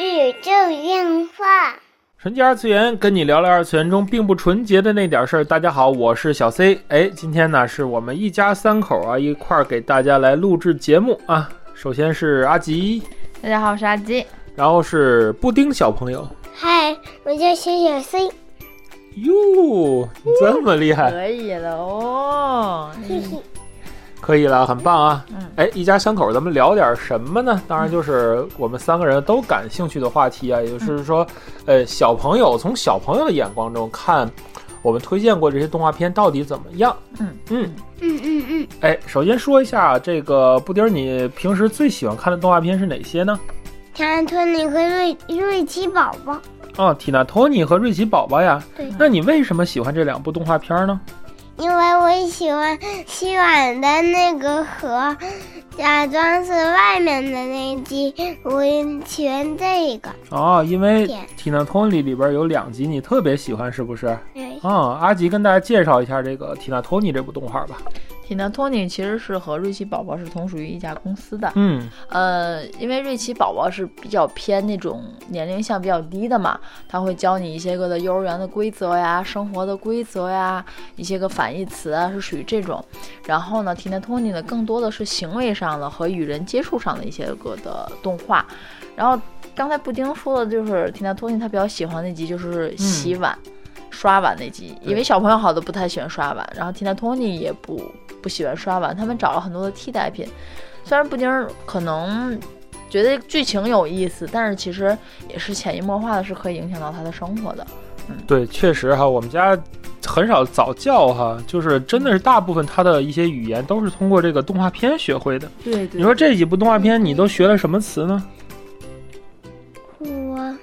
宇宙电话。纯洁二次元，跟你聊聊二次元中并不纯洁的那点事儿。大家好，我是小 C。哎，今天呢是我们一家三口啊一块儿给大家来录制节目啊。首先是阿吉，大家好，我是阿基。然后是布丁小朋友。嗨，我叫小小 C，哟，你这么厉害，可以了哦，嘿嘿，可以了，很棒啊嗯！哎，一家三口咱们聊点什么呢？当然就是我们三个人都感兴趣的话题啊，也就是说，呃，小朋友从小朋友的眼光中看，我们推荐过这些动画片到底怎么样？嗯嗯。嗯嗯嗯，哎，首先说一下这个布丁儿，你平时最喜欢看的动画片是哪些呢？长安村里和瑞瑞奇宝宝，啊，缇娜托尼和瑞奇宝宝呀。对那你为什么喜欢这两部动画片儿呢？因为我喜欢洗碗的那个河，假装是外面的那一集，我喜欢这个。哦，因为对缇娜托尼里边有两集你特别喜欢，是不是？对，啊，阿吉跟大家介绍一下这个《缇娜托尼》这部动画吧。体能托尼其实是和瑞奇宝宝是同属于一家公司的。嗯，呃，因为瑞奇宝宝是比较偏那种年龄项比较低的嘛，他会教你一些个的幼儿园的规则呀、生活的规则呀、一些个反义词啊，是属于这种。然后呢，提纳托尼呢，更多的是行为上的和与人接触上的一些个的动画。然后刚才布丁说的就是提纳托尼，他比较喜欢那集就是洗碗。刷碗那集，因为对小朋友好多不太喜欢刷碗，然后提纳托尼也不不喜欢刷碗，他们找了很多的替代品，虽然布丁儿可能觉得剧情有意思，但是其实也是潜移默化的，是可以影响到他的生活的。对，确实哈，我们家很少早教哈，就是真的是大部分它的一些语言都是通过这个动画片学会的。对你说这几部动画片你都学了什么词呢？我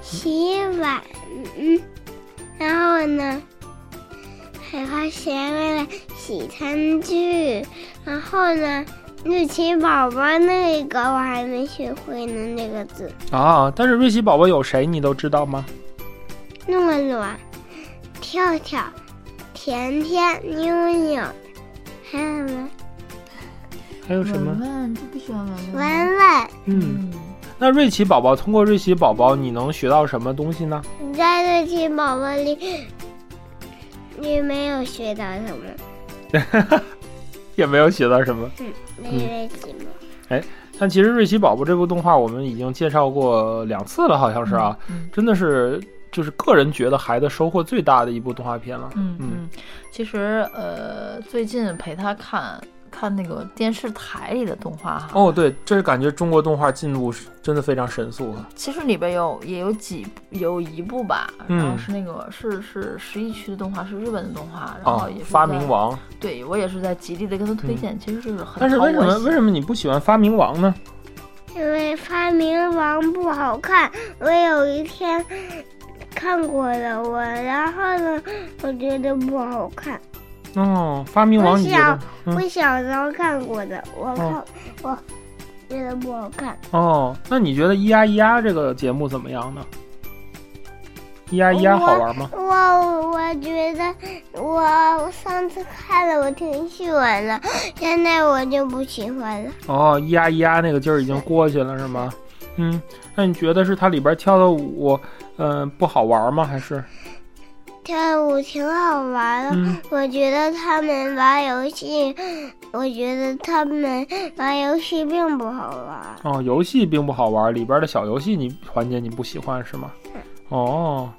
洗碗，嗯，然后呢，还花时间为了洗餐具，然后呢，日奇宝宝那个我还没学会呢，那个字啊，但是瑞奇宝宝有谁你都知道吗？诺诺、跳跳、甜甜、妞妞，还有呢，还有什么？文嗯就不喜欢文文文。嗯，，那瑞奇宝宝通过瑞奇宝宝，你能学到什么东西呢？你在瑞奇宝宝里，你没有学到什么？也没有学到什么。嗯，那瑞奇吗？但其实瑞奇宝宝这部动画我们已经介绍过两次了，好像是啊，嗯真的是就是个人觉得孩子收获最大的一部动画片了。嗯嗯嗯，其实呃，最近陪他看看那个电视台里的动画哈，哦，对，这是感觉中国动画进步是真的非常神速啊。其实里边有也有几有一部吧，然后嗯是那个是是十一区的动画，是日本的动画，啊然嗯哦后也是，发在明，王，对我也是在极力的跟他推荐，其实就是很但是讨为什我么喜为什么你不喜欢发明王呢？因为发明王不好看，我有一天看过了我，然后呢，我觉得不好看。哦，发明王你觉得？嗯我小时候看过的，我看、哦我觉得不好看。哦，那你觉得咿呀咿呀这个节目怎么样呢？咿呀咿呀好玩吗？我我觉得我上次看了，我挺喜欢的，现在我就不喜欢了。哦，咿呀咿呀那个劲儿已经过去了是吗？嗯，那你觉得是它里边跳的舞，嗯、不好玩吗？还是跳舞挺好玩的，嗯我觉得他们玩游戏，我觉得他们玩游戏并不好玩。哦，游戏并不好玩，里边的小游戏你环节你不喜欢是吗？哦，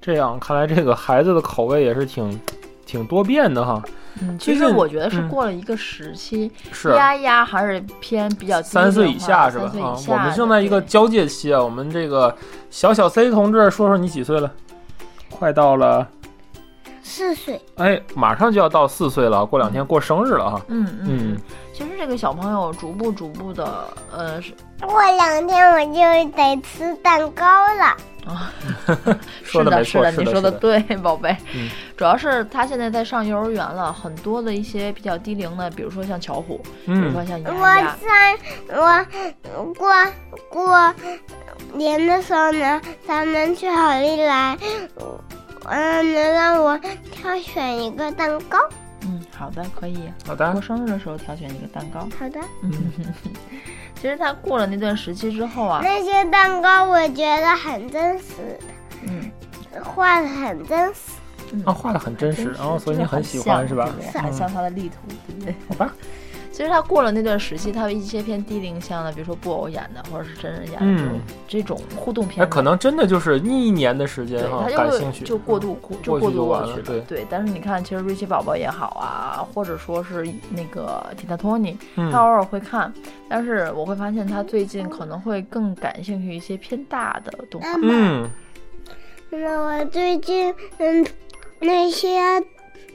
这样看来这个孩子的口味也是挺挺多变的哈。嗯，其最实近我觉得是嗯过了一个时期，是丫丫还是偏比较低三岁以龄化下的是吧三岁？以啊，下我们正在一个对交界期啊。我们这个小小 C 同志，说说你几岁了？快到了，四岁，哎，马上就要到四岁了，过两天过生日了哈。嗯嗯嗯嗯，其实这个小朋友逐步逐步的，呃，是过两天我就得吃蛋糕了。说是得没的，是错的，是你的说是的的对，宝贝嗯。主要是他现在在上幼儿园了，很多的一些比较低龄的，比如说像巧虎，比如嗯说像我丫丫，三我过过年的时候呢，咱们去好利来，嗯，能让我挑选一个蛋糕。嗯，好的，可以。好的过，生日的时候挑选一个蛋糕。好的，嗯，其实他过了那段时期之后啊，那些蛋糕我觉得很真实，嗯，画的很真实。嗯啊，画的很真实，然后、所以你很喜欢像是吧对不？对嗯很像他的力图，对不对？好吧，其实他过了那段时期，他一些偏低龄向的，比如说布偶演的，或者是真人演的这种、嗯这种互动片哎，段，可能真的就是一年的时间对哈他，就感会兴趣嗯就过渡过就过去过就渡完去了对对，但是你看，其实瑞奇宝宝也好啊，或者说是那个蒂塔托尼，嗯他偶尔会看，但是我会发现他最近可能会更感兴趣一些偏大的动画。那么，嗯，那我最近嗯，那些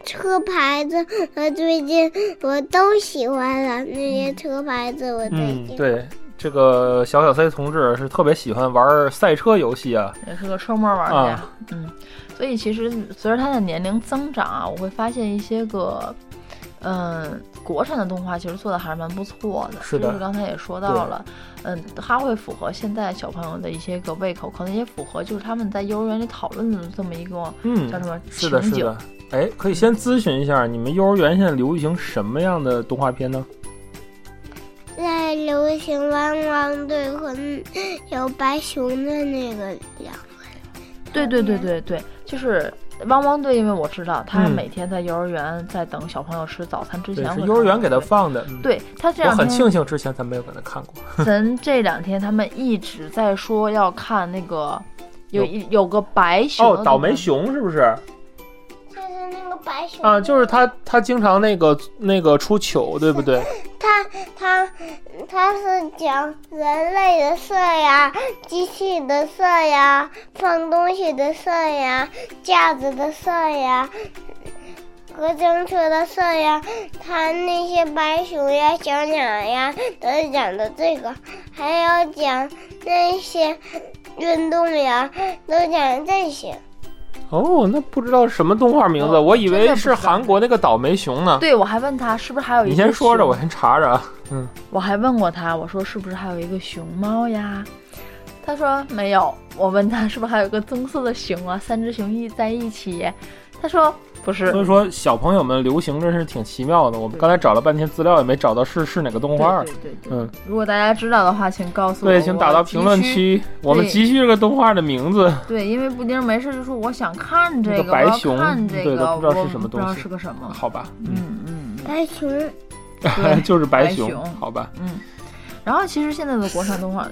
车牌子，我最近我都喜欢了。那些车牌子，我最嗯近，对，这个小小 C 同志是特别喜欢玩赛车游戏啊，也是个车模玩家，啊嗯，所以其实随着他的年龄增长啊，我会发现一些个，嗯、国产的动画其实做的还是蛮不错的，是的就是刚才也说到了，嗯，它会符合现在小朋友的一些个胃口，可能也符合就是他们在幼儿园里讨论的这么一个嗯叫什么是情的，是景。的。哎，可以先咨询一下，你们幼儿园现在流行什么样的动画片呢？在流行汪汪队和有白熊的那个两对对对对对，就是汪汪队，因为我知道他嗯每天在幼儿园在等小朋友吃早餐之对，前是会幼儿园给他他。放的。嗯，对他这我两很天庆幸之前咱没有给他看过。咱这两天他们一直在说要看那个，有有一有个白熊的哦，倒霉那个，熊是不是？就是那个白熊啊，就是他，他经常那个那个出糗，对不对？它它它是讲人类的色呀，机器的色呀，放东西的色呀，架子的色呀，合成车的色呀，它那些白熊呀、小鸟呀，都是讲的这个，还有讲那些运动员，都讲这些。哦，那不知道什么动画名字，哦我以真的为不知道是韩国那个倒霉熊呢。对我还问他是不是还有一你个先说着，熊我先查查啊。我还问过他，我说是不是还有一个熊猫呀？他说没有。我问他是不是还有个棕色的熊啊？三只熊一在一起，他说不 是。所以说，小朋友们流行真是挺奇妙的。我们刚才找了半天资料，也没找到是是哪个动画儿对。对对对，嗯，如果大家知道的话，请告诉我。对，请打到评论我急需。区，我们对急需这个动画的名字。对，因为布丁没事就说我想看这那个，个白我要熊看这对个，都不知道是我什么不知道东西是个什么。好吧， 嗯嗯嗯，白熊对就是白白熊好吧，嗯，然后其实现在的国产动画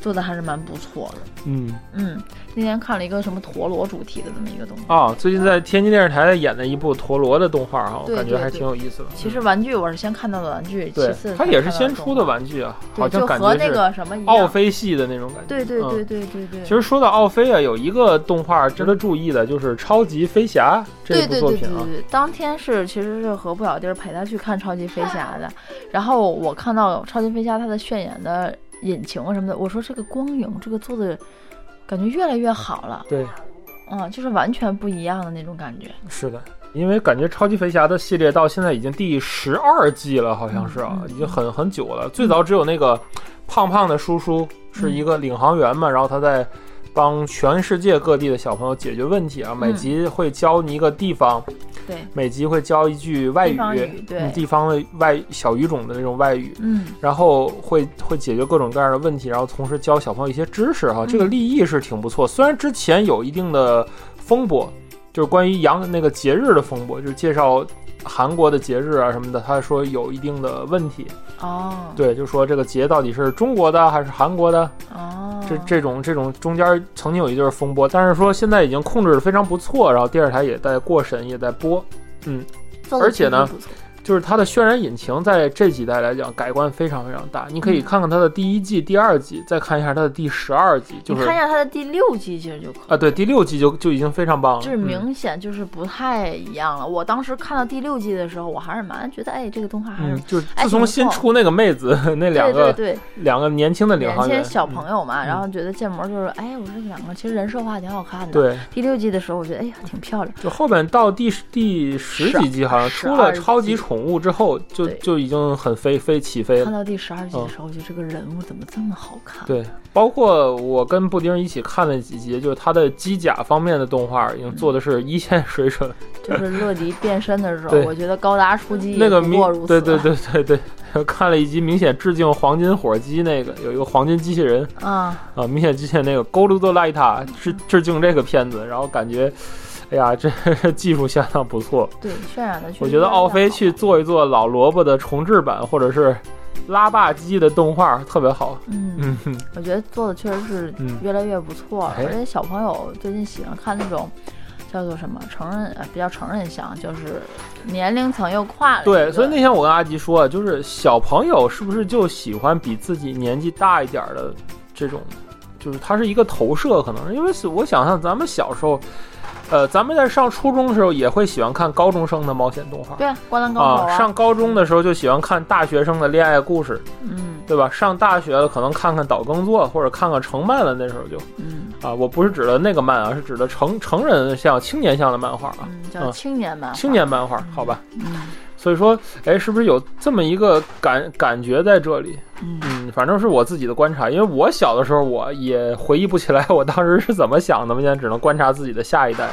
做的还是蛮不错的。嗯，嗯，那天看了一个什么陀螺主题的这么一个东西。啊，最近在天津电视台演的一部陀螺的动画啊，我对感觉对还对挺有意思的。其实玩具我是先看到的玩具，其对次，它才也是看到先出的动画，玩具啊，对好像就感和觉那是个什么一奥样。飞系的那种感觉。对对嗯对对对对。其实说到奥飞啊，有一个动画值得注意的，就是《超级飞侠》这对部对作对对品对啊。对，当天是其实是和不小弟儿陪他去看《超级飞侠》的，然后我看到《超级飞侠》它的炫眼的引擎啊什么的，我说这个光影这个做的感觉越来越好了，对，嗯，就是完全不一样的那种感觉。是的，因为感觉《超级飞侠》的系列到现在已经第十二季了，好像是啊，嗯嗯已经很很久了。最早只有那个胖胖的叔叔是一个领航嗯员嘛，然后他在帮全世界各地的小朋友解决问题啊，嗯每集会教你一个地方，对，每集会教一句外地语，方语对嗯地方的外小语种的那种外语。嗯，然后会会解决各种各样的问题，然后同时教小朋友一些知识哈，这个立意是挺不错。虽然之前有一定的风波，就是关于洋那个节日的风波，就是介绍韩国的节日啊什么的，他说有一定的问题，哦，对，就说这个节到底是中国的还是韩国的，哦，这这种这种中间曾经有一对风波，但是说现在已经控制的非常不错，然后电视台也在过审，也在播。做得而且呢确实不错，就是它的渲染引擎在这几代来讲改观非常非常大。你可嗯以看看它的第一季、第二季，再看一下它的第十二季，就你是看一下它的第六季其实就可以啊，对，第六季就就已经非常棒了。就是嗯明显就是不太一样了。我当时看到第六季的时候，我还是蛮觉得，哎，这个动画还是、嗯，就是哎自从新出那个妹子 那两对个对对，两个年轻的领年航轻员小朋嗯友嘛，然后觉得建模就是，哎，我这两个其实人设画挺好看的。，对，第六季的时候，我觉得，哎呀，挺漂亮。就后面到第十第十十几集好像十出二了集超级宠物之后，就对就已经很飞飞起飞看了。到第十二季的嗯时候，我觉得这个人物怎么这么好看？对，包括我跟布丁一起看了几集，就是它的机甲方面的动画已经嗯做的是一线水准，就是乐迪变身的时候，对我觉得高达出击那也个不咪过如此。对对对对对，看了一集，明显致敬《黄金火鸡》那个有一个黄金机器人啊，啊，明显致敬那个《g o l d o l i t a 致致敬这个片子，然后感觉，哎呀，这技术相当不错。对，渲染的确实我觉得非常奥飞好去，做一做老萝卜的重制版，或者是拉霸机的动画，特别好。嗯，嗯哼，我觉得做的确实是嗯越来越不错了，哎而且小朋友最近喜欢看那种。叫做什么成人呃比较成人向，就是年龄层又跨了一对，个所以那天我跟阿吉说，就是小朋友是不是就喜欢比自己年纪大一点儿的这种，就是它是一个投射，可能因为是我想象咱们小时候，呃，咱们在上初中的时候也会喜欢看高中生的冒险动画。对啊灌篮高手啊，上高中的时候就喜欢看大学生的恋爱故事，嗯对吧？上大学了可能看看岛耕作或者看看成漫了，那时候就嗯啊，我不是指的那个漫啊，是指的成成人像青年向的漫画啊，嗯，叫青年吧，青年漫画，嗯好吧？嗯所以说，哎，是不是有这么一个感感觉在这里？嗯嗯，反正是我自己的观察，因为我小的时候我也回忆不起来我当时是怎么想的，我现在只能观察自己的下一代。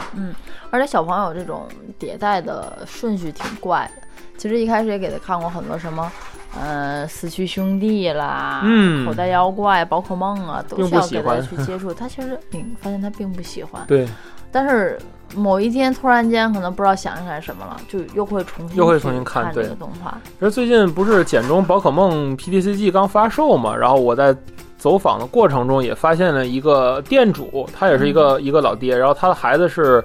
而且小朋友这种迭代的顺序挺怪的。其实一开始也给他看过很多什么，呃，四驱兄弟啦，嗯口袋妖怪、宝可梦啊，都并是不要喜给他欢去 接触。他其实你发现他并不喜欢，对，但是某一天突然间可能不知道想起来什么了，就又会重新又会去重新看看这对个动画。而最近不是简中宝可梦 PDCG 刚发售嘛，然后我在走访的过程中也发现了一个店主，他也是一个、一个老爹，然后他的孩子是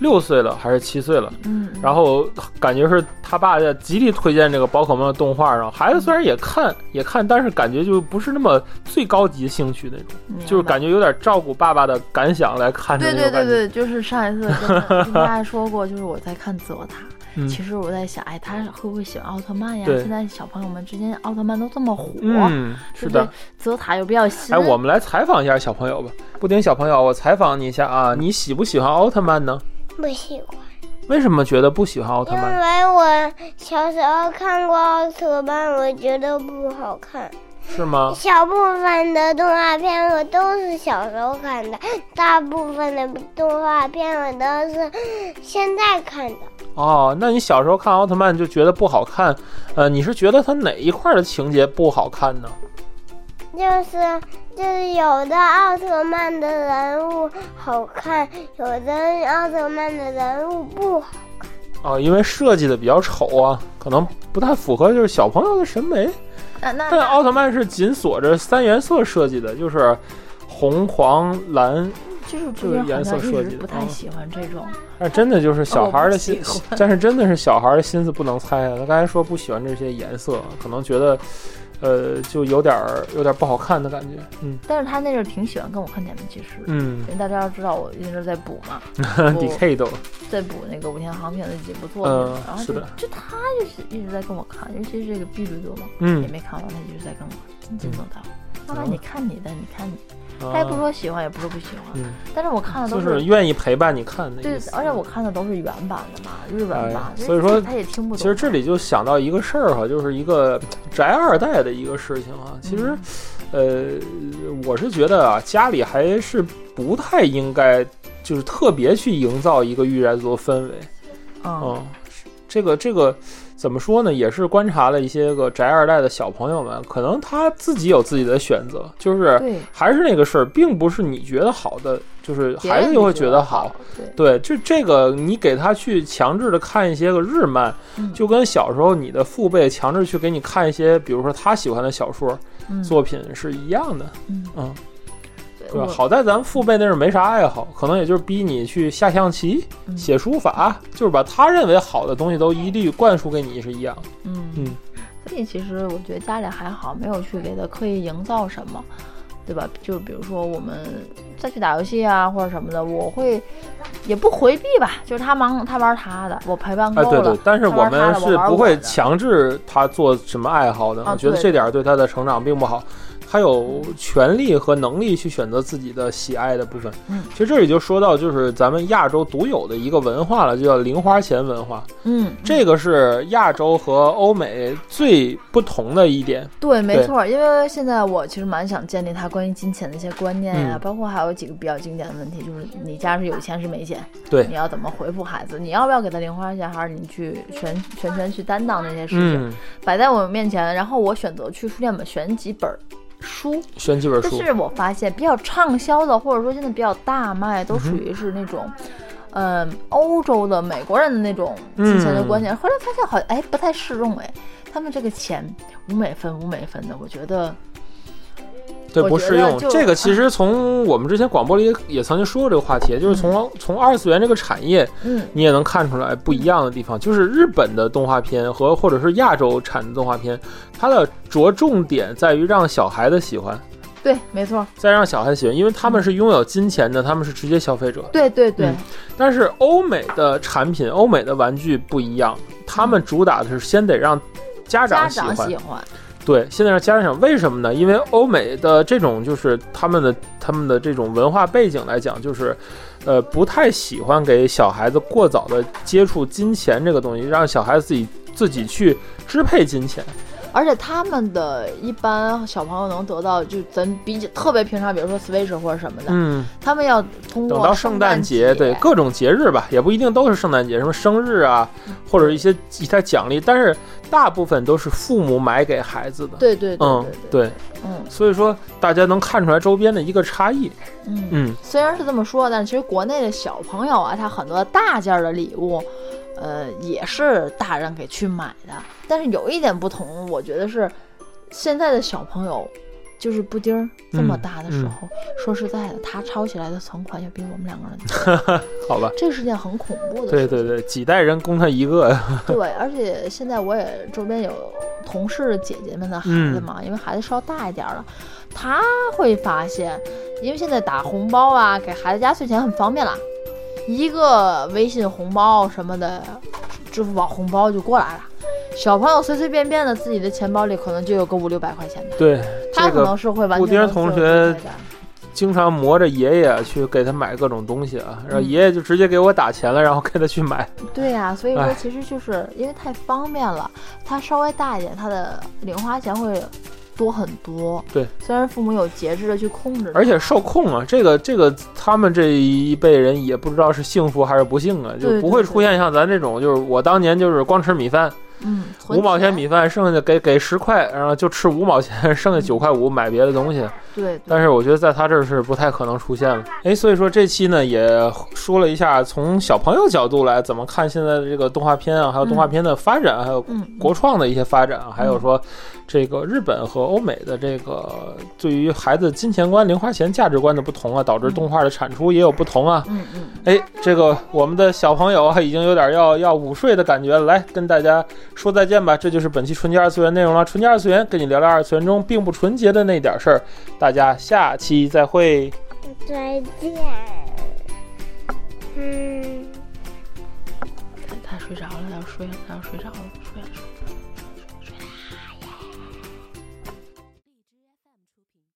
六岁了还是七岁了，嗯，然后感觉是他爸在极力推荐这个宝可梦的动画，然后孩子虽然也看也看，但是感觉就不是那么最高级兴趣那种，明就是白感觉有点照顾爸爸的感想来看的对那对种对感觉。对，就是上一次跟 他跟大家说过，就是我在看泽塔，嗯其实我在想，哎，他会不会喜欢奥特曼呀？对现在小朋友们之间奥特曼都这么火，嗯，是的。，泽塔又比较新。哎，我们来采访一下小朋友吧。布丁小朋友，我采访你一下啊，你喜不喜欢奥特曼呢？不喜欢，为什么觉得不喜欢奥特因曼？为我小时候看过奥特曼，我觉得不好看。是吗？小部分的动画片我都是小时候看的，大部分的动画片我都是现在看的。哦，那你小时候看奥特曼就觉得不好看，呃，你是觉得它哪一块的情节不好看呢？就是就是有的奥特曼的人物好看，有的奥特曼的人物不好。哦，因为设计的比较丑啊，可能不太符合就是小朋友的审美。那那但奥特曼是紧锁着三原色设计的，就是红、黄、蓝，就是这这个个颜颜色色设设计计不太嗯喜欢这种。那真的就是小孩儿的心我不喜，但是真的是小孩儿的心思不能猜啊。他刚才说不喜欢这些颜色，可能觉得，呃，就有点儿有点儿不好看的感觉。嗯但是他那阵儿挺喜欢跟我看《点的骑士》，嗯因为大家要知道我一直在补 嘛， ，DK 都在补那个武田航平的几部作嗯品，然后是就的就他就是一直在跟我看，尤其是这个《碧绿多梦》也嗯，没看完，他一直在跟我津津乐道。妈妈，嗯你看你的，你看你，他也不啊，说喜欢，也不是不喜欢，嗯，但是我看的就都是愿意陪伴你看的对意思，。啊而且我看的都是原版的嘛，日文哎版，所以说他也听不懂。其实这里就想到一个事儿哈，就是一个宅二代的一个事情啊。其嗯实，呃，我是觉得啊，家里还是不太应该就是特别去营造一个御宅族的氛围。嗯，嗯，这个这个怎么说呢？也是观察了一些个宅二代的小朋友们，可能他自己有自己的选择，就是对，还是那个事儿，并不是你觉得好的，就是别孩子人就就会觉觉得好好。。对，对，就这个，你给他去强制的看一些个日漫，嗯就跟小时候你的父辈强制去给你看一些，比如说他喜欢的小说嗯作品是一样的，嗯嗯，对对吧？我好在咱们父辈那是没啥爱好，可能也就是逼你去下象棋、嗯写书法，就是把他认为好的东西都一律灌输给你是一样的。嗯嗯，所以其实我觉得家里还好，没有去给他刻意营造什么，对吧？就比如说我们再去打游戏啊或者什么的，我会也不回避吧，就是他忙他玩他的，我陪伴嗯够哎，对了。对，但是他玩他们的我是玩不我会的强制他做什么爱好的，啊我觉得对这点儿对他的成长并不好。他有权利和能力去选择自己的喜爱的部分。嗯其实这里就说到就是咱们亚洲独有的一个文化了，就叫零花钱文化。嗯，这个是亚洲和欧美最不同的一点。对，没对错，因为现在我其实蛮想建立他关于金钱的一些观念呀、嗯包括还有几个比较经典的问题，就是你家是有钱是没钱，对你，要怎么回复孩子？你要不要给他零花钱，还是你去全全权去担当这些事情？嗯，摆在我面前，然后我选择去书店本选几本书，选几本这书，是我发现比较畅销的，或者说现在比较大卖，都属于是那种，嗯、欧洲的美国人的那种金钱的观嗯念。后来发现好像哎不太适用哎，他们这个钱五美分五美分的，我觉得对我不觉适得用。就啊这个其实从我们之前广播里也也曾经说过这个话题，就是从、从二次元这个产业，嗯你也能看出来不一样的地方，就是日本的动画片和或者是亚洲产的动画片，它的着重点在于让小孩子喜欢，对，没错，再让小孩子喜欢，因为他嗯们是拥有金钱的，他们是直接消费者。对对对，嗯但是欧美的产品、欧美的玩具不一样，他们主打的是先得让家嗯家长喜长欢喜。欢，对，现在让家长想，为什么呢？因为欧美的这种就是他们的他们的这种文化背景来讲，就是，呃，不太喜欢给小孩子过早的接触金钱这个东西，让小孩子自己自己去支配金钱。而且他们的一般小朋友能得到，就咱比较特别平常，比如说 Switch 或者什么的，嗯，他们要通等过到圣圣诞节，对各种节日吧，也不一定都是圣诞节，什么生日啊，或者一些其他奖励，但是大部分都是父母买给孩子的。对对对嗯，对，对，嗯所以说大家能看出来周边的一个差异。嗯。嗯，虽然是这么说，但是其实国内的小朋友啊，他很多大件儿的礼物，呃，也是大人给去买的。但是有一点不同，我觉得是现在的小朋友，就是布丁儿这嗯么大的时候，说实在的，他抄起来的存款要比我们两个人多，好吧。这是件很恐怖的对事对情。对，几代人供他一个。对，而且现在我也周边有同事的姐姐们的孩嗯子嘛，因为孩子稍大一点儿了，他会发现，因为现在打红包啊，给孩子压岁钱很方便了，一个微信红包什么的，支付宝红包就过来了。小朋友随随便便的自己的钱包里可能就有个五六百块钱的，对，他这可个能是会完布丁全儿能同自由自在学的经常磨着爷爷去给他买各种东西啊，然后嗯爷爷就直接给我打钱了，然后给他去买。对呀、所以说哎其实就是因为太方便了，他稍微大一点，他的零花钱会多很多。对，虽然父母有节制的去控制，而且受控啊，这个这个，他们这一辈人也不知道是幸福还是不幸啊，就对不会对出现像咱这种，就是我当年就是光吃米饭，嗯，存五毛钱钱米饭，剩下的给给十块，然后就吃五毛钱，剩下九块五买别的东西。对，对但是我觉得在他这儿是不太可能出现了。哎，所以说这期呢也说了一下从小朋友角度来怎么看现在的这个动画片啊，还有动画片的发展，还有嗯，国创的一些发展啊，还有说这个日本和欧美的这个对于孩子金钱观、零花钱价值观的不同啊，导致动画的产出也有不同啊。嗯嗯，哎，这个我们的小朋友啊，已经有点要要午睡的感觉了，来跟大家说再见吧。这就是本期纯洁二次元内容了。纯洁二次元跟你聊聊二次元中并不纯洁的那点事儿，大家下期再会。再见。嗯。他睡着了，他要睡了，他要睡着了，睡了睡了。